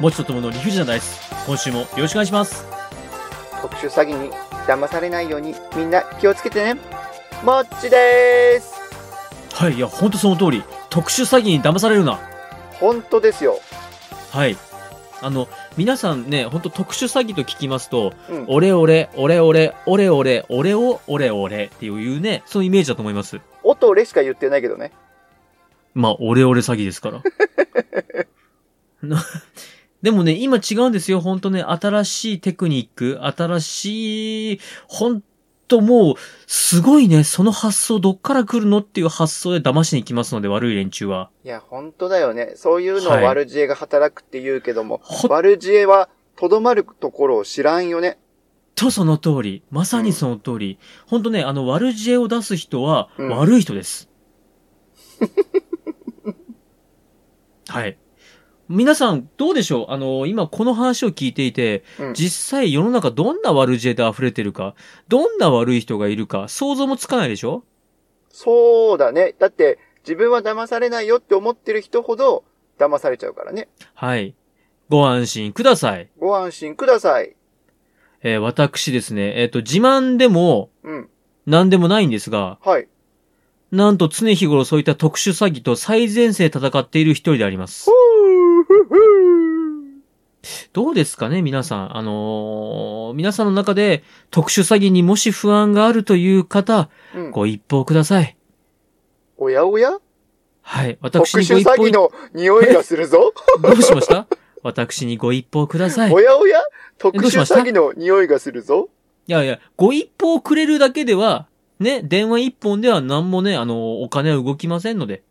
もちとともの理不尽なダイス今週もよろしくお願いします特殊詐欺に騙されないようにみんな気をつけてねもっちですはいいや本当その通り特殊詐欺に騙されるな本当ですよ、はいあの皆さんね本当特殊詐欺と聞きますとうん、オレオレオレオレオレオレオレオオレオレっていうねそのイメージだと思います音俺しか言ってないけどねまあ、オレオレ詐欺ですから。 なでもね、今違うんですよ。ほんとね、新しいテクニック、新しい、ほんともう、すごいね、その発想どっから来るのっていう発想で騙しに来ますので、悪い連中は。いや本当だよねそういうのをはい悪知恵が働くって言うけども、ほっ悪知恵はとどまるところを知らんよねとその通り。まさにその通り。ほんとね、あの、悪知恵を出す人は、うん悪い人 です。はい。皆さん、どうでしょうあの、今この話を聞いていて、うん実際世の中どんな悪知恵で溢れてるか、どんな悪い人がいるか、想像もつかないでしょそうだねだって自分は騙されないよって思ってる人ほど騙されちゃうからねはい。ご安心ください。ご安心くださいえー私ですね、えっ、と、自慢でもうん何でもないんですが、はいなんと常日頃そういった特殊詐欺と最前線で戦っている一人でありますふ。うふふどうですかね、皆さん。あのー皆さんの中で特殊詐欺にもし不安があるという方、うんご一報ください。おやおやはい。私特にご殊一詐報欺い、の匂いがするぞ。どうしました私にご一報ください。おやおや特どうし殊ました詐欺の匂いがするぞ。 いやいや、ご一報くれるだけでは、ね、電話一本では何もね、あの、お金は動きませんので。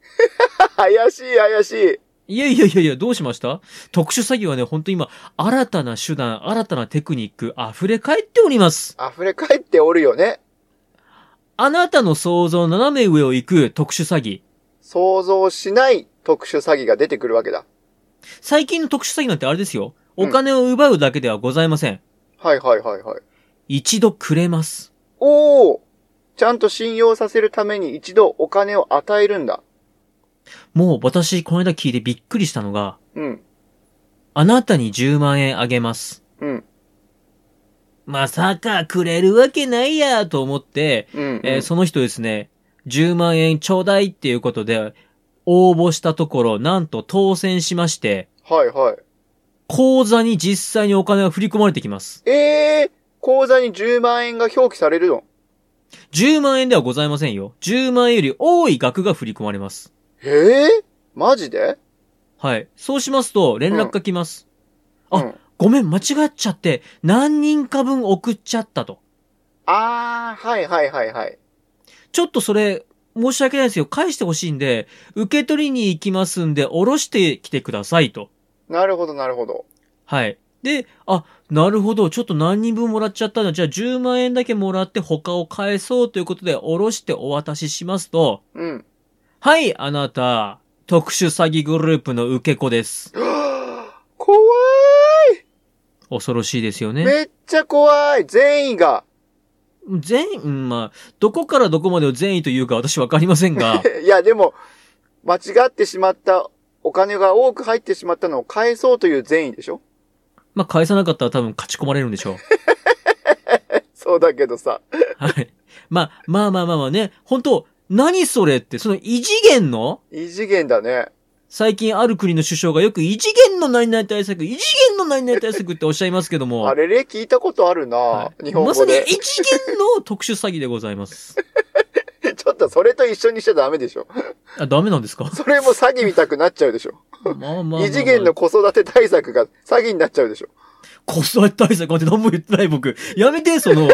怪しい怪しい。いやいやいやいや、どうしました特殊詐欺はね、ほんと今、新たな手段、新たなテクニック、溢れ返っております。溢れ返っておるよね。あなたの想像の斜め上を行く特殊詐欺。想像しない特殊詐欺が出てくるわけだ。最近の特殊詐欺なんてあれですよ。うんお金を奪うだけではございません。はいはいはいはい。一度くれます。おおちゃんと信用させるために一度お金を与えるんだ。もう私、この間聞いてびっくりしたのが、うん。あなたに10万円あげます。うん。まさかくれるわけないやと思って、うん、うんえーその人ですね、10万円ちょうだいっていうことで、応募したところ、なんと当選しまして、はいはい。口座に実際にお金が振り込まれてきます。ええー、口座に10万円が表記されるの10万円ではございませんよ。10万円より多い額が振り込まれます。ええー、マジではい。そうしますと、連絡が来ます。あうん、ごめん、間違っちゃって、何人か分送っちゃったと。あー、はいはいはいはい。ちょっとそれ、申し訳ないですよ。返してほしいんで、受け取りに行きますんで、おろしてきてくださいと。なるほどなるほど。はい。で、あ、なるほど。ちょっと何人分もらっちゃったんだ。じゃあ10万円だけもらって他を返そうということで、おろしてお渡ししますと、うん。 はい、あなた、特殊詐欺グループの受け子です。怖恐ろしいですよいね。めっちゃ怖い善意が 善意、うんまあ、どこからどこまでを善意というか私わかりません が、いや、でも、間違ってしまった、お金が多く入ってしまったのを返そうという善意でしょまあ返さなかったら多分勝ち込まれるんでしょう。そうだけどさ。はい。まあ、まあまあまあまあね、本当何それって、その異次元の異次元だね。最近ある国の首相がよく異次元の何々対策、異次元の何々対策っておっしゃいますけども。あれれ聞いたことあるな、はい日本まさ語にで。異次元の特殊詐欺でございます。 ちょっとそれと一緒にしちゃダメでしょ。あ、ダメなん ですかそれも詐欺みたくなっちゃうでしょ。まあまあまあまあ異次元の子育て対策が詐欺になっちゃうでしょ。子育て対策なんて何も言ってない僕。やめて、その、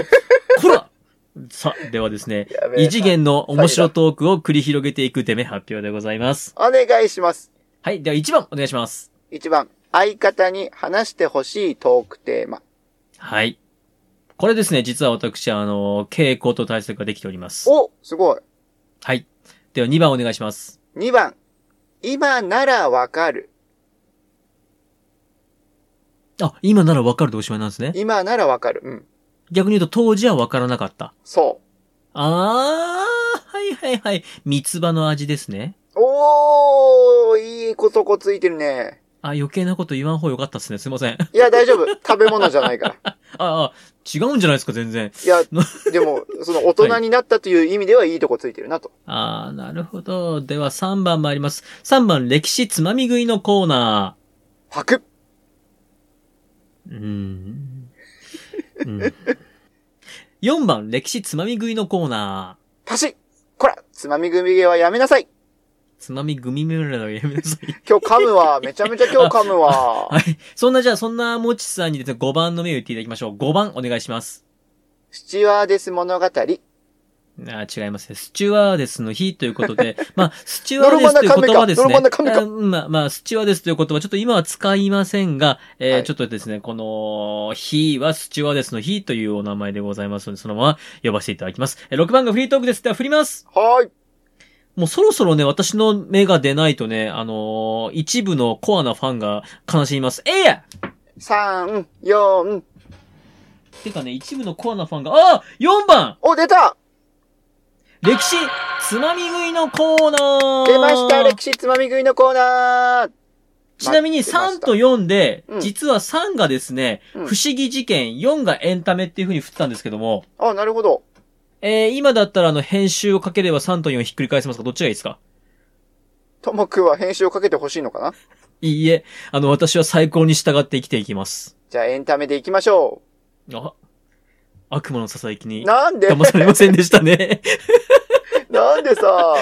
こら さ、ではですね、やべえ異次元の面白トークを繰り広げていくデメ発表でございます。お願いします。はい、では1番お願いします。 1番、相方に話してほしいトークテーマ。はい。これですね、実は私、あの、傾向と対策ができております。おすごい。はい。では2番お願いします。 2番、今ならわかる。あ、今ならわかるでおしまいなんですね。 今ならわかる。うん。逆に言うと当時はわからなかった。そあー、はいはいはい。三つ葉の味ですね。う。おー、いいことこついてるね。あ、余計なこと言わん方がよかったっすね。すいません。あ いや、大丈夫。食べ物じゃないから。あ、違うんじゃないですか、全然。いや、でも、その大人になったという意味ではいいとこついてるなと。ああ、なるほど。では3番参ります。3番、歴史つまみ食いのコーナ吐くー。うーん。うん、4番、歴史つまみ食いのコーナー。足しこらつまみ組芸はやめなさいつまみグミメロのやめなさい。今日噛むわ。めちゃめちゃ今日噛むわ。はい。そんな、じゃあ、そんなもちさんにですね、5番の目を言っていただきましょう。5番、お願いします。スチュワーデス物語。あー違いますね。スチュワーデスの日ということ で、まあ、スチュワーノルデマスンといなう亀言か葉ですね。ノルマンな亀かあうんまあ、まあ、スチュワーデスという言葉、ちょっと今は使いませんが、えーはいちょっとですね、この、日はスチュワーデスの日というお名前でございますので、そのまま呼ばせていただきます。えー6番がフリートークです。では、振ります。はーい。もうそろそろね、私の目が出ないとね、あのー一部のコアなファンが悲しみます。えいや3、4。てかね、一部のコアなファンが、ああ !4 番お、出た歴史つまみ食いのコーナー出ました歴史つまみ食いのコーナーちなみに待ってまし3たと4で、うん実は3がですね、うん不思議事件、4がエンタメっていう風に振ったんですけども、あ、なるほど。えー、今だったらあの編集をかければ3と4ひっくり返せますかどっちがいいですかともくんは編集をかけてほしいのかないいえ、あの私は最高に従って生きていきます。じゃあエンタメでいきましょあ、悪魔の囁きう。になんで騙されませんでしたね。 なんでさ、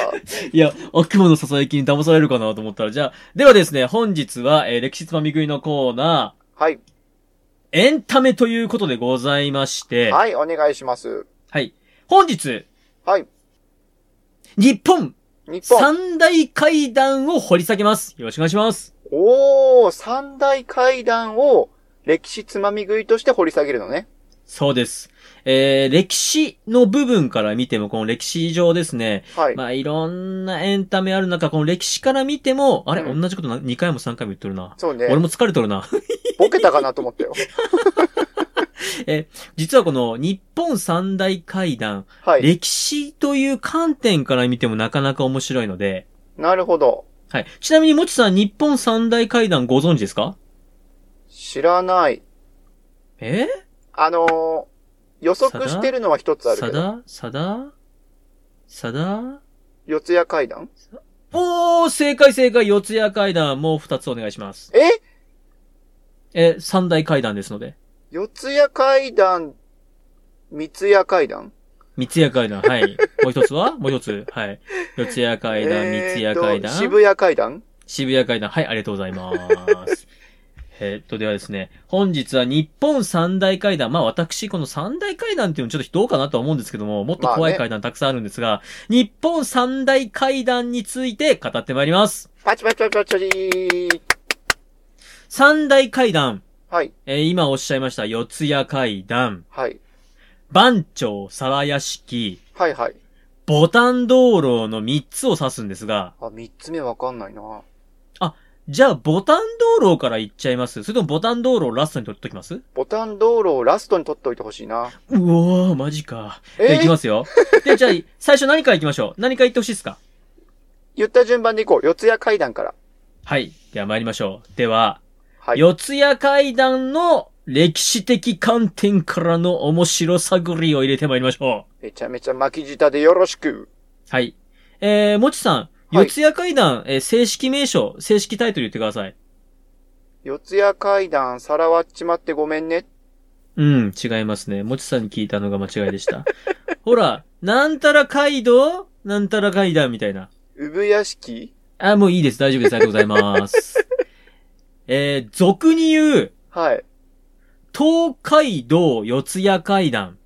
いや、悪魔の囁きに騙されるかなと思ったら、じゃあ、ではですね、本日は、えー歴史つまみ食いのコーナー、 はい。エンタメということでございまして、はい、お願いします。はい。本日、はい。日本日本。三大階段を掘り下げます。よろしくお願いします。おー、三大階段を歴史つまみ食いとして掘り下げるのね。そうです。えー、歴史の部分から見ても、この歴史上ですね、はい。まあいろんなエンタメある中、この歴史から見ても、あれ、うん同じことな2回も3回も言っとるな。そうね。俺も疲れとるな。ボケたかなと 思ったよ。実はこの日本三大階段、はい。歴史という観点から見てもなかなか面白いので、なるほど。はい。ちなみにもちさん、日本三大階段ご存知ですか知らない。えあのー、予測してるのは一つあるさけど。ださださだ四谷階段おー、正解正解、四谷階段、もう二つお願いします。ええ、三大階段ですので。四谷階段、三谷階段三谷階段、はい。もう一つ はもう一つ、はい。四谷階段、え三ー谷と階段、渋谷階段渋谷階段、はい、ありがとうございます。 えーっと、ではですね、本日は日本三大階段、まあ私、この三大階段っていうのちょっとどうかなとは思うんですけども、もっと怖い階段たくさんあるんですが、日本三大階段について語ってまいります。パチパチパチパチパチ三大階段、はい、えー今おっしゃいました、四谷階段、はい、番町、皿屋敷、はい、はい。ボタン道路の3つを指すんですが、あ、三つ目わかんないな。じゃあボタン道路から行っちゃいますそれともボタン道路をラストに取っときますボタン道路をラストに取っておいてほしいな。うおー、マジか。えで、行きーますよ。 で、じゃあ、最初何から行きましょう何から行ってほしいですか言った順番で行こう。四谷階段から。はい。では参りましょう。では、はい。四谷階段の歴史的観点からの面白探りを入れて参りましょう。めちゃめちゃ巻き舌でよろしく。はい。えー、もちさん、四はい谷階段、えー正式名称、正式タイトル言ってください。四谷階段さらわっちまってごめんね。うん、違いますね。もちさんに聞いたのが間違いでした。 ほら、なんたら街道なんたら階段みたいな。産屋敷あ、もういいです。大丈夫です。ありがとうございます。 えー、俗に言う、はい。東海道四谷階段。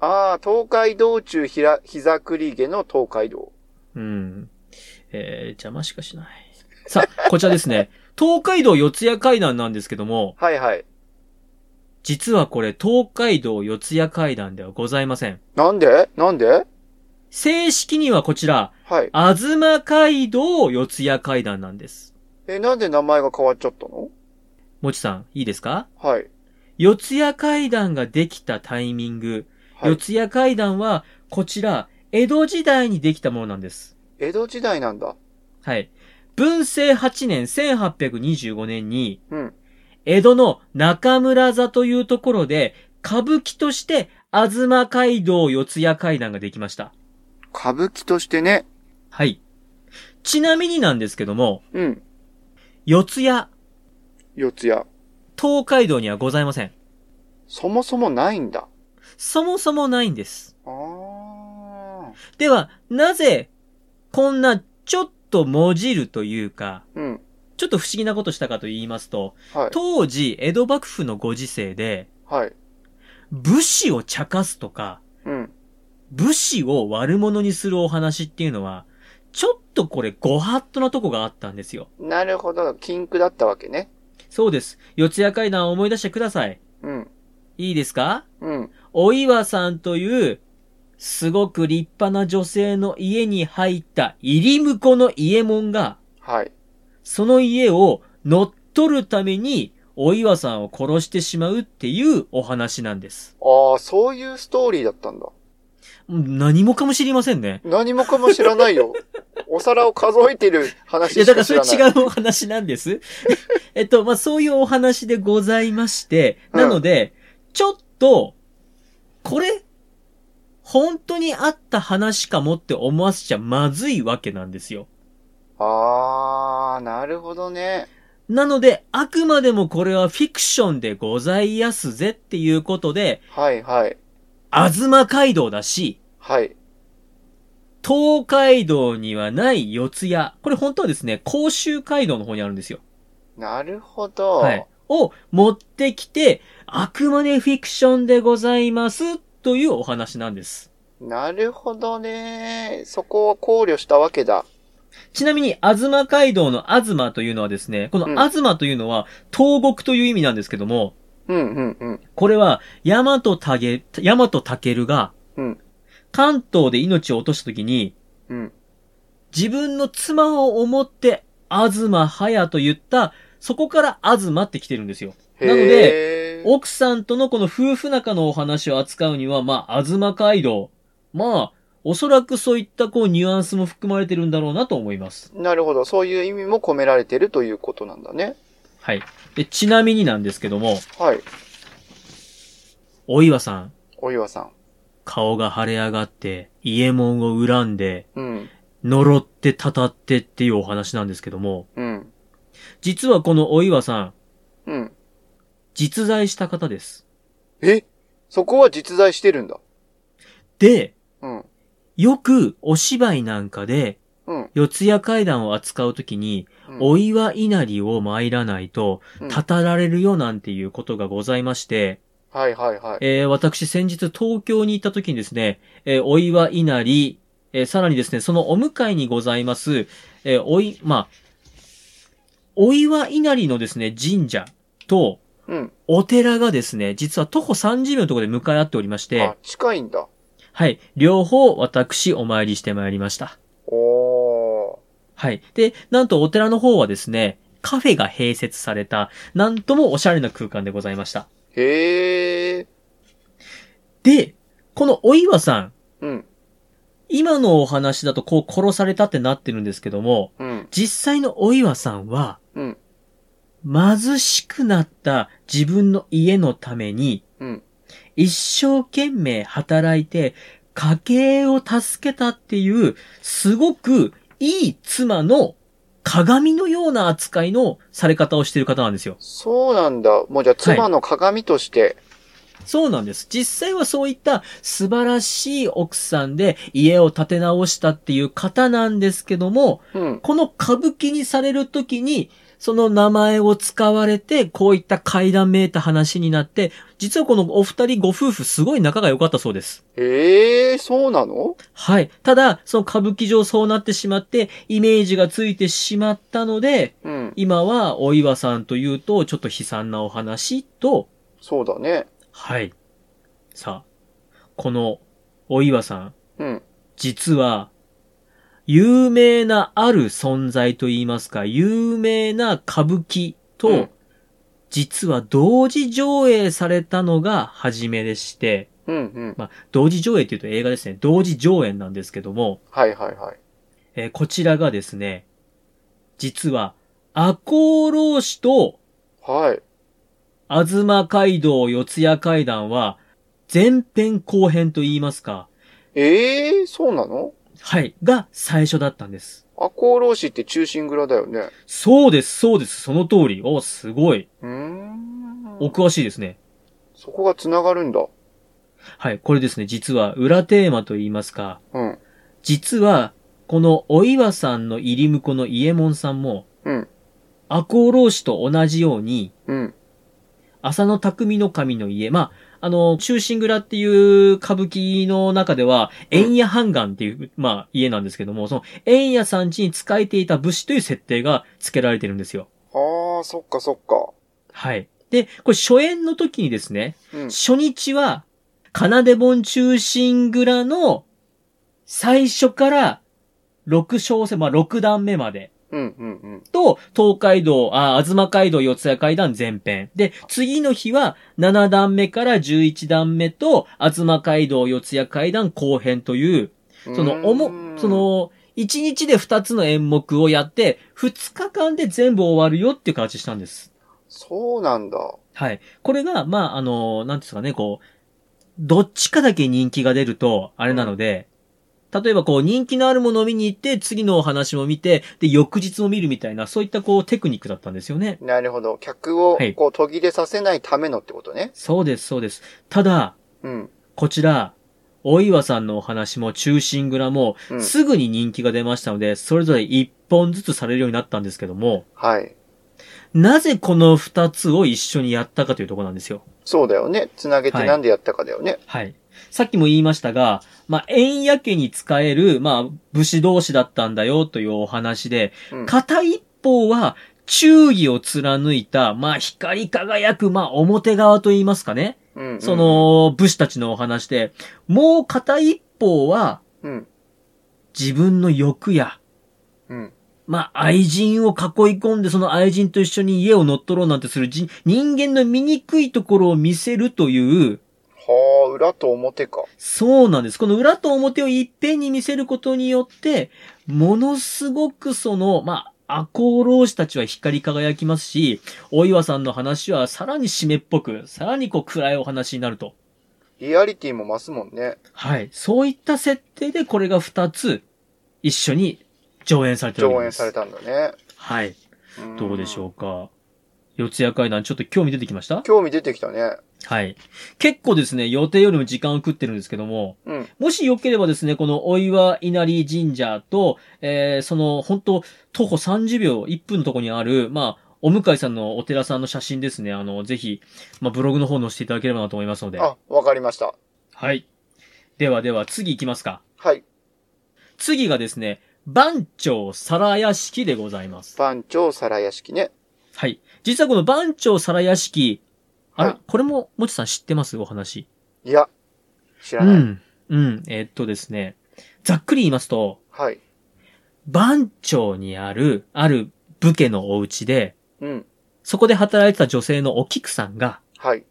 ああ、東海道中ひら、膝栗毛の東海道。うん。えー、邪魔しかしない。さあ、こちらですね。 東海道四谷階段なんですけども、はいはい。実はこれ東海道四谷階段ではございません。なんでなんで正式にはこちら、はい。東街道四谷階段なんです。え、なんで名前が変わっちゃったのもちさん、いいですかはい。四谷階段ができたタイミング、はい。四谷階段は、こちら、江戸時代にできたものなんです。江戸時代なんだ。はい。文政8年1825年に、うん江戸の中村座というところで、歌舞伎として、東街道四谷階段ができました。歌舞伎としてね。はい。ちなみになんですけども、うん。四谷、四谷。東海道にはございません。そもそもないんだ。そもそもないんです。あー。では、なぜ、こんな、ちょっともじるというか、うん。ちょっと不思議なことしたかと言いますと、はい。当時、江戸幕府のご時世で、はい。武士を茶化すとか、うん。武士を悪者にするお話っていうのは、ちょっとこれ、ご法度なとこがあったんですよ。なるほど。禁句だったわけね。そうです。四谷階段を思い出してください。うん。いいですかうん。お岩さんという、すごく立派な女性の家に入った入り婿の家門が、はい。その家を乗っ取るために、お岩さんを殺してしまうっていうお話なんです。ああ、そういうストーリーだったんだ。うん何もかも知りませんね。何もかも知らない よ。お皿を数えてるい話や、しだかから知それらない。違うお話なんです。 えっと、まあ、そういうお話でございまして、なので、ちょっと、これ、本当にあった話かもって思わせちゃまずいわけなんですよ。ああ、なるほどね。なので、あくまでもこれはフィクションでございやすぜっていうことで、はいはい。あずま街道だし、はい。東海道にはない四谷。これ本当はですね、甲州街道の方にあるんですよ。なるほど。はい。を持ってきて、あくまでフィクションでございますというお話なんです。なるほどね。そこを考慮したわけだ。ちなみに、あずま街道のあずまというのはですね、こうんのあずまというのは、東国という意味なんですけども、うんうんうん。これは、大和たげ、大和たけるがうん、関東で命を落とした時に、うん。自分の妻を思って、あずまはやと言った、そこからあずまって来てるんですよ。なので、で奥さんとのこの夫婦仲のお話を扱うには、まあ、あずま街道。まあ、おそらくそういったこうニュアンスも含まれてるんだろうなと思います。なるほど。そういう意味も込められてるということなんだね。はい。で、ちなみになんですけども、はい。お岩さん、お岩さん。顔が腫れ上がって、家門を恨んで、うん。呪ってたたってっていうお話なんですけども、うん。実はこのお岩さん、うん。実在した方です。えそこは実在してるんだ。で、うん。よくお芝居なんかで、うん。四谷階段を扱うときに、お岩稲荷を参らないと、うんたたられるよなんていうことがございまして、はいはいはい。えー私先日東京に行った時にですね、えーお岩稲荷、えーさらにですね、そのお迎えにございます、えーおい、まあ、お岩稲荷のですね、神社と、うん。お寺がですね、実は徒歩30秒のところで向かい合っておりましてあ、、近いんだ。はい、両方私お参りしてまいりました。おー。はい。で、なんとお寺の方はですね、カフェが併設された、なんともおしゃれな空間でございました。へー。で、このお岩さん、うん。今のお話だとこう殺されたってなってるんですけども、うん。実際のお岩さんは、うん。貧しくなった自分の家のために、うん。一生懸命働いて、家計を助けたっていう、すごくいい妻の鏡のような扱いのされ方をしている方なんですよ。そうなんだ。もうじゃあ妻の鏡として。そうなんです。実際はそういった素晴らしい奥さんで家を建て直したっていう方なんですけども、うん。この歌舞伎にされるときに、その名前を使われて、こういった階段めいた話になって、実はこのお二人ご夫婦すごい仲が良かったそうです。えー、そうなのはい。ただ、その歌舞伎上そうなってしまって、イメージがついてしまったので、うん。今はお岩さんというと、ちょっと悲惨なお話と、そうだね。はい。さあ、この、お岩さん、うん。実は、有名なある存在といいますか、有名な歌舞伎と、うん実は同時上映されたのが初めでして、うんうん。まあ、同時上映っていうと映画ですね、同時上演なんですけども、はいはいはい。えーこちらがですね、実は、赤穂浪士と、はい。東街道四谷階段は、前編後編と言いますか、ええー、そうなのはい、が最初だったんです。赤穂浪士って忠臣蔵だよね。そうです、そうです、その通り。お、すごい。うーん。お詳しいですね。そこが繋がるんだ。はい、これですね、実は裏テーマと言いますか、うん。実は、このお岩さんの入り婿の伊右衛門さんも、うん。赤穂浪士と同じように、うん。浅野匠の神の家、まあ、あの、忠臣蔵っていう歌舞伎の中では、うん円谷半岸っていう、まあ、家なんですけども、その、円谷さん家に仕えていた武士という設定が付けられてるんですよ。ああ、そっかそっか。はい。で、これ初演の時にですね、うん。初日は、奏で本忠臣蔵の最初から6小節、まあ、6段目まで、うん、うん、うん。と、東海道、あ、あずま街道四谷階段前編。で、次の日は、7段目から11段目と、あずま街道四谷階段後編という、その、おうーも、んそ、の、1日で2つの演目をやって、2日間で全部終わるよっていう形したんです。そうなんだ。はい。これが、まあ、あの、なんていうんですかね、こう、どっちかだけ人気が出ると、あれなので、例えばこう、人気のあるものを見に行って、次のお話も見て、で、翌日も見るみたいな、そういったこう、テクニックだったんですよね。なるほど。客をはいこう途切れさせないためのってことね。そうです、そうです。ただ、うん。こちら、お岩さんのお話も、中心蔵も、うん。すぐに人気が出ましたので、それぞれ一本ずつされるようになったんですけども、はい。なぜこの二つを一緒にやったかというところなんですよ。そうだよね。つなげはていなんでやったかだよね。はい。さっきも言いましたが、まあ、縁や家に使える、まあ、武士同士だったんだよというお話で、うん。片一方は、忠義を貫いた、まあ、光り輝く、まあ、表側と言いますかね。うんうんそ、の、武士たちのお話で、もう片一方は、うん。自分の欲や、うん。まあ、愛人を囲い込んで、その愛人と一緒に家を乗っ取ろうなんてする人、人間の醜いところを見せるという、はあ、裏と表か。そうなんです。この裏と表をいっぺんに見せることによって、ものすごくその、まあ、赤穂浪士たちは光り輝きますし、大岩さんの話はさらに締めっぽく、さらにこう暗いお話になると。リアリティも増すもんね。はい。そういった設定でこれが2つ一緒に上演されてるわけ上で演す。されたんだね。はい。んどうでしょうか。四谷階段ちょっと興味出てきました興味出てきたね。はい。結構ですね、予定よりも時間を食ってるんですけども、うん。もしよければですね、このお岩稲荷神社と、えー、その、本当徒歩30秒、1分のとこにある、まあ、お向かいさんのお寺さんの写真ですね。あの、ぜひ、まあ、ブログの方に載せていただければなと思いますので。あ、わかりました。はい。ではでは、次行きますか。はい。次がですね、番長皿屋敷でございます。番長皿屋敷ね。はい。実はこの番長皿屋敷、あら、はいこれも、もちさん知ってますお話。いや、知らうない。ん。うん。えーっとですね、ざっくり言いますと、はい。番町にある、ある武家のお家で、うん。そこで働いてた女性のお菊さんが、はい。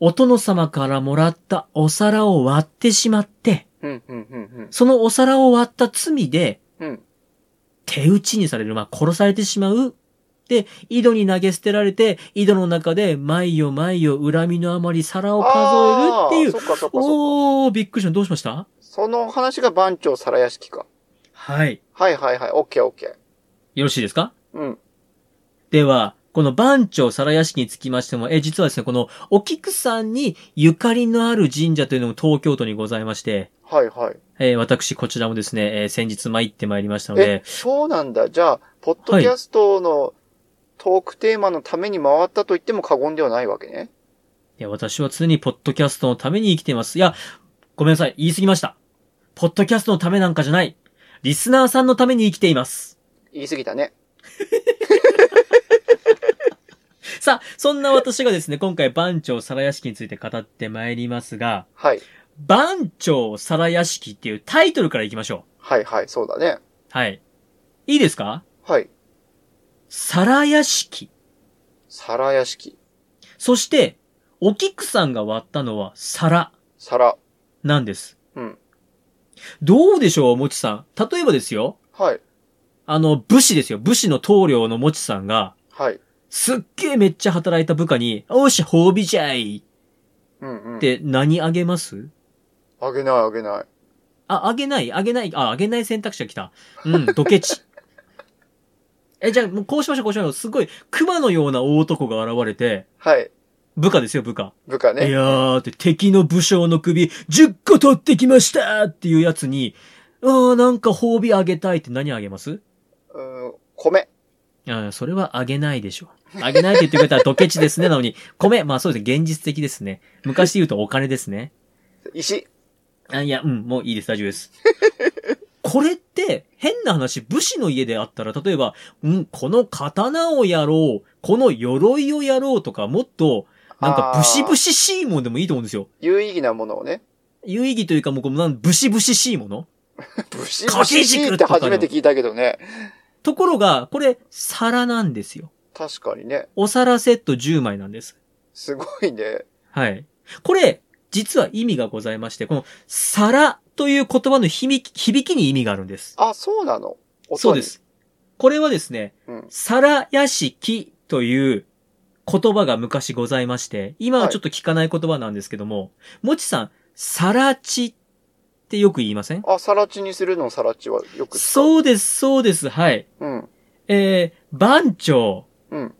お殿様からもらったお皿を割ってしまって、うん、うん、うん、そのお皿を割った罪で、うん。うん。手打ちにされる、まあ、殺されてしまう。で、井戸に投げ捨てられて、井戸の中で、毎夜毎夜恨みのあまり皿を数えるっていう。あーそっかそっかそっか。おー、びっくりした。どうしましたその話が番長皿屋敷か。はい。はいはいはい。オッケーオッケー。よろしいですかうん。では、この番長皿屋敷につきましても、え、実はですね、このお菊さんにゆかりのある神社というのも東京都にございまして、はいはい。えー私こちらもですね、えー先日参ってまいりましたのえで、、そうなんだ。じゃあ、ポッドキャストのトークテーマのために回ったと言っても過言ではないわけね。いや、私は常にポッドキャストのために生きています。いや、ごめんなさい、言い過ぎました。ポッドキャストのためなんかじゃない。リスナーさんのために生きています。言い過ぎたね。さあ、そんな私がですね、今回番長皿屋敷について語ってまいりますが、はい。番長皿屋敷っていうタイトルからいきましょはいはい、そうだね。う。はい。いいですかはい。皿屋敷。皿屋敷。そして、お菊さんが割ったのは皿皿。なんです。うん。どうでしょう、もちさん。例えばですよ。はい。あの、武士ですよ。武士の棟梁のもちさんが、はい。すっげえめっちゃ働いた部下に、おっしゃ、褒美じゃいうんうん。って何あげますあげないあげない。あ、あげないあげないあ、あげない選択肢が来た。 うん、ドケチ。え、じゃあ、もうこうしましょう、こうしましょう。すごい、熊のような大男が現れて、はい。部下ですよ、部下。部下いね。やーって、敵の武将の首、10個取ってきましたっていうやつに、あー、なんか褒美あげたいって何あげますうん、米。あーそれはあげないでしょ。あげないって言ってくれたらドケチですね、なのに。米、まあそうですね、現実的ですね。昔で言うとお金ですね。石。あ、いや、うん、もういいです、大丈夫です。 これって、変な話、武士の家であったら、例えば、うん、この刀をやろう、この鎧をやろうとか、もっと、なんか、あーブシブシしいもんでもいいと思うんですよ。有意義なものをね。有意義というか、もうこう、なんブシブシしいものブシ掛ブけシ軸って初めて聞いたけどね。ところが、これ、皿なんですよ。確かにね。お皿セット10枚なんです。すごいね。はい。これ、実は意味がございまして、この、皿という言葉の響き、響きに意味があるんです。あ、そうなの音にそうで。す。これはですね、うん皿屋敷という言葉が昔ございまして、今はちょっと聞かない言葉なんですけども、もちさん、皿地ってよく言いませんあ、さらちにするのさらちはよく使う。そうです、そうです、はい。うん。えー、番長。うん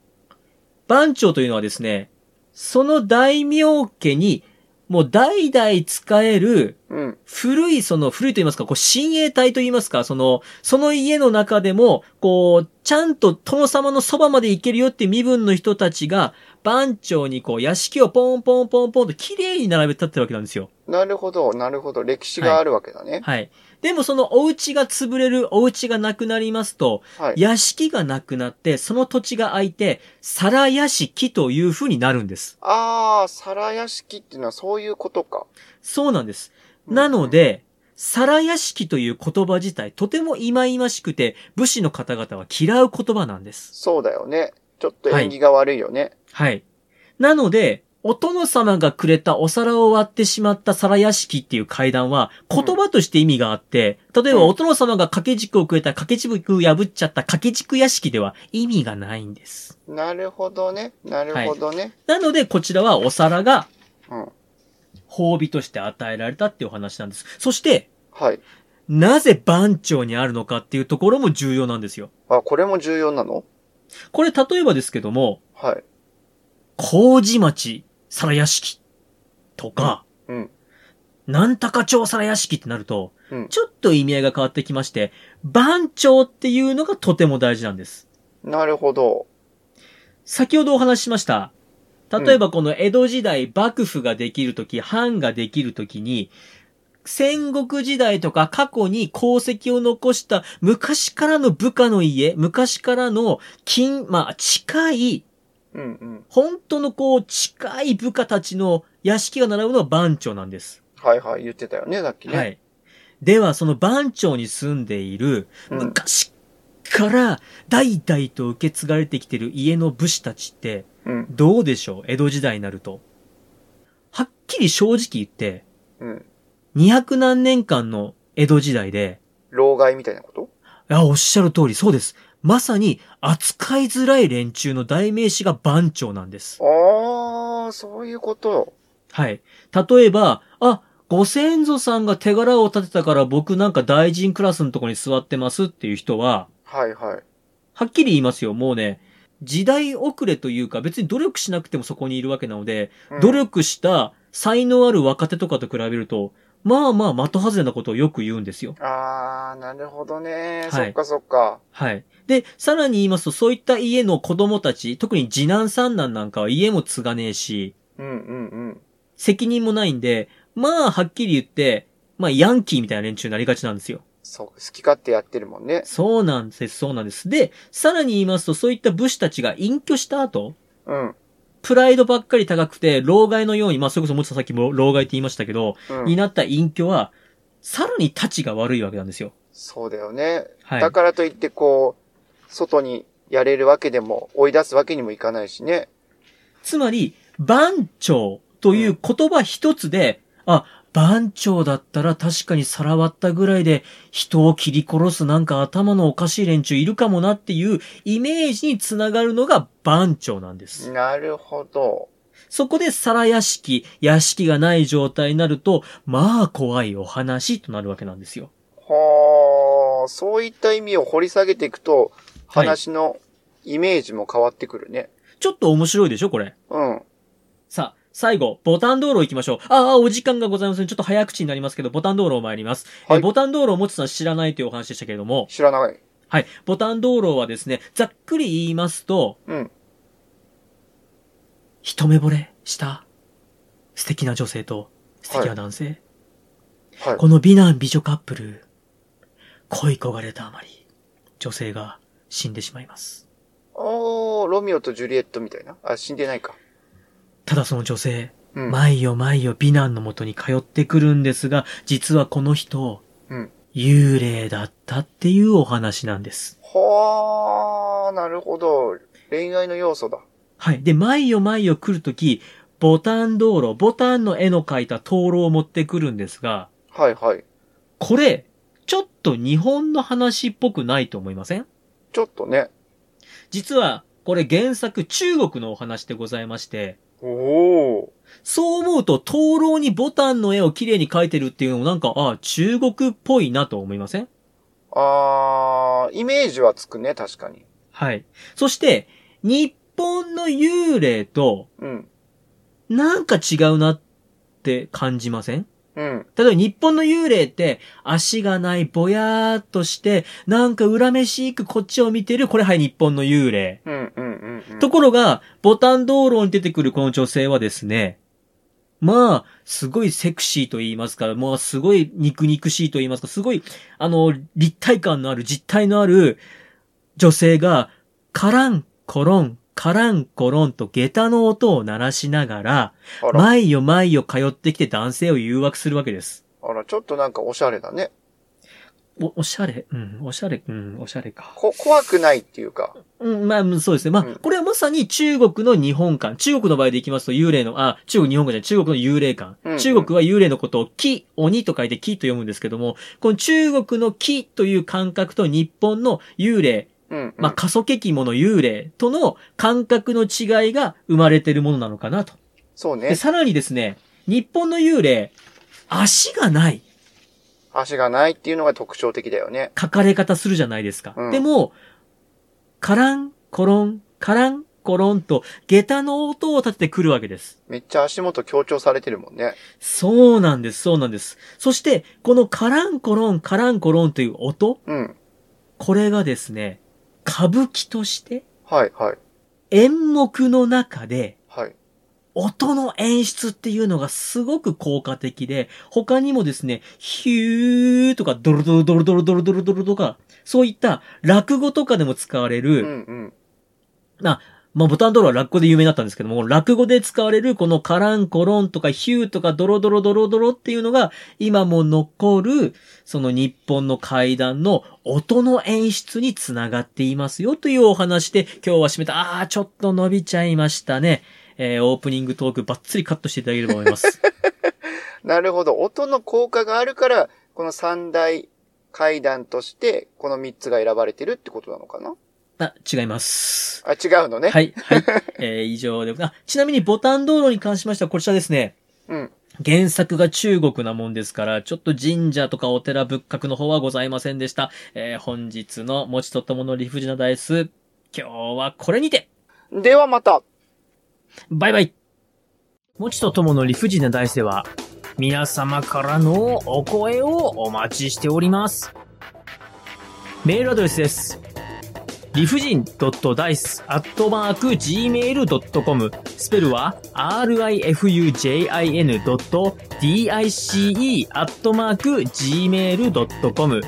番長というのはですね、その大名家に、もう代々使える、うん。古い、その、古いと言いますか、こう、親衛隊と言いますか、その、その家の中でも、こう、ちゃんと殿様のそばまで行けるよって身分の人たちが、番長にこう、屋敷をポンポンポンポンと綺麗に並べたってるわけなんですよ。なるほど、なるほど。歴史があるわけだね。はい。でもそのお家が潰れる、お家がなくなりますと、はい。屋敷がなくなって、その土地が空いて、皿屋敷という風になるんです。あー、皿屋敷っていうのはそういうことか。そうなんです。うんなの、で、皿屋敷という言葉自体、とても忌々しくて、武士の方々は嫌う言葉なんです。そうだよね。ちょっと縁起が悪いよね。はい。なので、お殿様がくれたお皿を割ってしまった皿屋敷っていう階段は、言葉として意味があって、例えばうんお殿様が掛け軸をくれた掛け軸を破っちゃった掛け軸屋敷では意味がないんです。なるほどね。なるほどね。なので、こちらはお皿がうん。褒美として与えられたっていうお話なんです。そして、はい。なぜ番長にあるのかっていうところも重要なんですよ。あ、これも重要なのこれ例えばですけども、はい。麹町皿屋敷とか、うん。なんたか町皿屋敷ってなると、うん。ちょっと意味合いが変わってきまして、番長っていうのがとても大事なんです。なるほど。先ほどお話ししました。例えばこの江戸時代幕府ができるとき、藩ができるときに、戦国時代とか過去に功績を残した昔からの部下の家、昔からの近、まあ近いうんうん。本当のこう、近い部下たちの屋敷が並ぶのは番長なんです。はいはい。言ってたよね、さっきね。は。い。では、その番長に住んでいる、うん。昔から代々と受け継がれてきている家の武士たちって、うん。どうでしょう江戸時代になると。はっきり正直言って、うん。 200何年間の江戸時代で、老害みたいなことあ、おっしゃる通り、そうです。まさに、扱いづらい連中の代名詞が番長なんです。あー、そういうこと。はい。例えば、あ、ご先祖さんが手柄を立てたから僕なんか大臣クラスのとこに座ってますっていう人は、はいはい。はっきり言いますよ。もうね、時代遅れというか別に努力しなくてもそこにいるわけなので、うん努力した才能ある若手とかと比べると、まあまあ的外れなことをよく言うんですよ。あー、なるほどね。はいそっかそっか。はい。で、さらに言いますと、そういった家の子供たち、特に次男三男なんかは家も継がねえし、うんうんうん。責任もないんで、まあはっきり言って、まあヤンキーみたいな連中になりがちなんですよ。そう、好き勝手やってるもんね。そうなんです、そうなんです。で、さらに言いますと、そういった武士たちが隠居した後、うん。プライドばっかり高くて、老害のように、まあ、それこそもちさんさっきも老害って言いましたけど、うにん。なった隠居は、さらに立ちが悪いわけなんですよ。そうだよね。はいだ。からといって、こう、外にやれるわけでも、追い出すわけにもいかないしね。つまり、番長という言葉一つで、あ、番長だったら確かにさらわったぐらいで人を切り殺すなんか頭のおかしい連中いるかもなっていうイメージにつながるのが番長なんです。なるほど。そこで皿屋敷、屋敷がない状態になると、まあ怖いお話となるわけなんですよ。はあ、そういった意味を掘り下げていくと、はい話のイメージも変わってくるね。ちょっと面白いでしょこれ。うん。さあ、最後、ボタン道路行きましょう。ああ、お時間がございません。ちょっと早口になりますけど、ボタン道路を参ります。はいえボタン道路を持つのは知らないというお話でしたけれども、知らない。はい。ボタン道路はですね、ざっくり言いますと、うん。一目惚れした素敵な女性と素敵な男性。はい。この美男美女カップル、恋焦がれたあまり、女性が死んでしまいます。おー、ロミオとジュリエットみたいな。あ、死んでないか。ただその女性、うん。毎夜毎夜美男のもとに通ってくるんですが、実はこの人、うん幽霊だったっていうお話なんです。はあ、なるほど。恋愛の要素だ。はい。で、毎夜毎夜来るとき、ボタン道路、ボタンの絵の描いた灯籠を持ってくるんですが、はいはい。これ、ちょっと日本の話っぽくないと思いませんちょっとね。実は、これ原作中国のお話でございまして、おー。そう思うと、灯籠にボタンの絵を綺麗に描いてるっていうのもなんか、ああ、中国っぽいなと思いませんあー、イメージはつくね、確かに。はい。そして、日本の幽霊と、うん。なんか違うなって感じませんうん。例えば日本の幽霊って、足がないぼやーっとして、なんか恨めしくこっちを見てる、これはい日本の幽霊。うん、うん、うんうん。ところが、ボタン道路に出てくるこの女性はですね、まあ、すごいセクシーと言いますか、もうすごい肉肉しいと言いますか、すごい、あの、立体感のある、実体のある女性が、カラン、コロン、カラン、コロンと下駄の音を鳴らしながら、あら、毎夜毎夜通ってきて男性を誘惑するわけです。あら、ちょっとなんかおしゃれだね。お、おしゃれうん、おしゃれ、うん、おしゃれか。こ、怖くないっていうか。うん、まあうん、そうですね。まあ、うんこれはまさに中国の日本観。中国の場合でいきますと、幽霊の、あ、中国、日本語じゃない、中国の幽霊観。うん中国は幽霊のことを、気、鬼と書いて気と読むんですけども、この中国の気という感覚と日本の幽霊、うん、うん。まあ、過疎劇もの幽霊との感覚の違いが生まれてるものなのかなと。そうねで、。さらにですね、日本の幽霊、足がない足がないっていうのが特徴的だよね。書かれ方するじゃないですか。うんでも、カラン、コロン、カラン、コロンと、下駄の音を立ててくるわけです。めっちゃ足元強調されてるもんね。そうなんです、そうなんです。そして、このカランコロン、カランコロンという音、うん。これがですね、歌舞伎として、はい、はい、演目の中で、はい。音の演出っていうのがすごく効果的で、他にもですね、ヒューとかドロドロドロドロドロドロドロとか、そういった落語とかでも使われる、うん、うん。まあ、ボタンドロは落語で有名だったんですけども、落語で使われるこのカランコロンとかヒューとかドロドロドロドロっていうのが、今も残る、その日本の階段の音の演出につながっていますよというお話で、今日は締めた。あー、ちょっと伸びちゃいましたね。えー、オープニングトークバッツリカットしていただければと思います。なるほど。音の効果があるから、この三大階段として、この三つが選ばれてるってことなのかなあ、違います。あ、違うのね。はい、はい。えー、以上で。あ、ちなみにボタン道路に関しましては、こちらですね。うん。原作が中国なもんですから、ちょっと神社とかお寺仏閣の方はございませんでした。えー本日の持ちとったもの理不尽なダイス、今日はこれにてではまたバイバイもちとともの理不尽な大世は、皆様からのお声をお待ちしております。メールアドレスです。理不尽 .dice.gmail.com スペルは rifujin.dice.gmail.com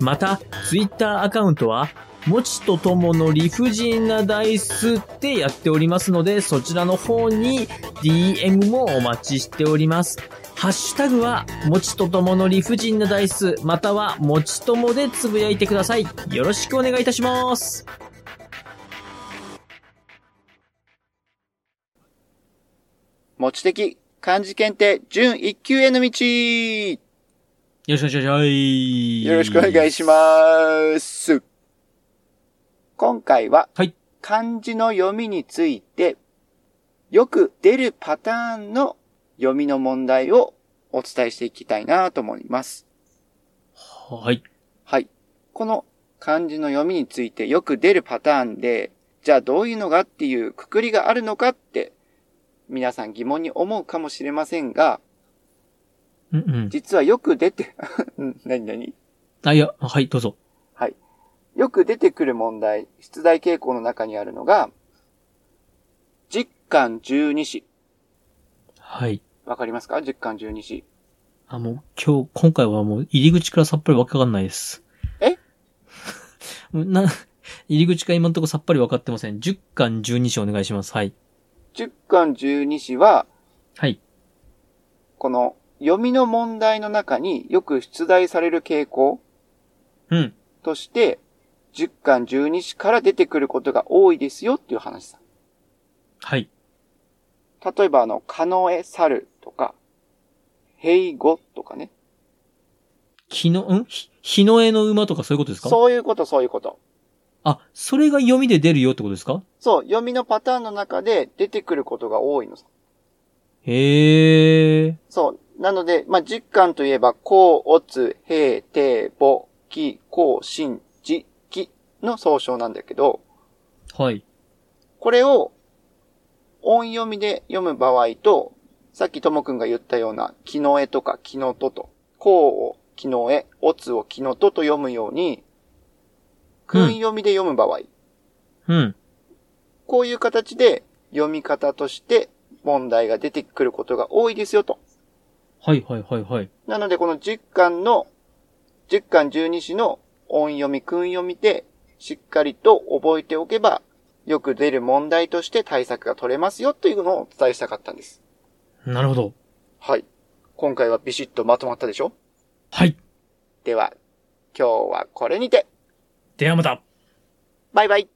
また、ツイッターアカウントは、もちとともの理不尽なダイスってやっておりますので、そちらの方に DM もお待ちしております。ハッシュタグは、もちとともの理不尽なダイス、または、もちともでつぶやいてください。よろしくお願いいたします。持ち的漢字検定準一級へのよろ道しくお願いします。よろしくお願いします。今回は、はい漢字の読みについて、よく出るパターンの読みの問題をお伝えしていきたいなと思います。す。はい。はい。この漢字の読みについてよく出るパターンで、じゃあどういうのがっていうくくりがあるのかって、皆さん疑問に思うかもしれませんが、うんうん。実はよく出て、 うん何何あ、いや、はい、どうぞ。よく出てくる問題、出題傾向の中にあるのが、実感十二子。はい。わかりますか実感十二子。あ、もう今日、今回はもう入り口からさっぱりわかんないです。え な、入り口から今んとこさっぱりわかってません。10巻12章お願いします。はい。実感十二子は、はい。この読みの問題の中によく出題される傾向うん。として、実感十二子から出てくることが多いですよっていう話さ。はい。例えばあの、カノエサルとか、ヘイゴとかね。日の、んひ日の絵の馬とかそういうことですかそういうことそういうこと。あ、それが読みで出るよってことですかそう、読みのパターンの中で出てくることが多いのさ。へえ。そう。なので、まあ、実感といえば、こう、おつ、へい、てい、ぼ、き、こう、しん、じ、きの総称なんだけど、はい。これを音読みで読む場合と、さっきともくんが言ったような、きのえとかきのとと、こうをきのえ、おつをきのとと読むように、うん訓読みで読む場合、うん。こういう形で読み方として問題が出てくることが多いですよと。はいはいはいはい。なので、この10巻の、10巻12子の音読み、訓読みで、しっかりと覚えておけば、よく出る問題として対策が取れますよというのをお伝えしたかったんです。なるほど。はい。今回はビシッとまとまったでしょはい。では、今日はこれにて、ではまたバイバイ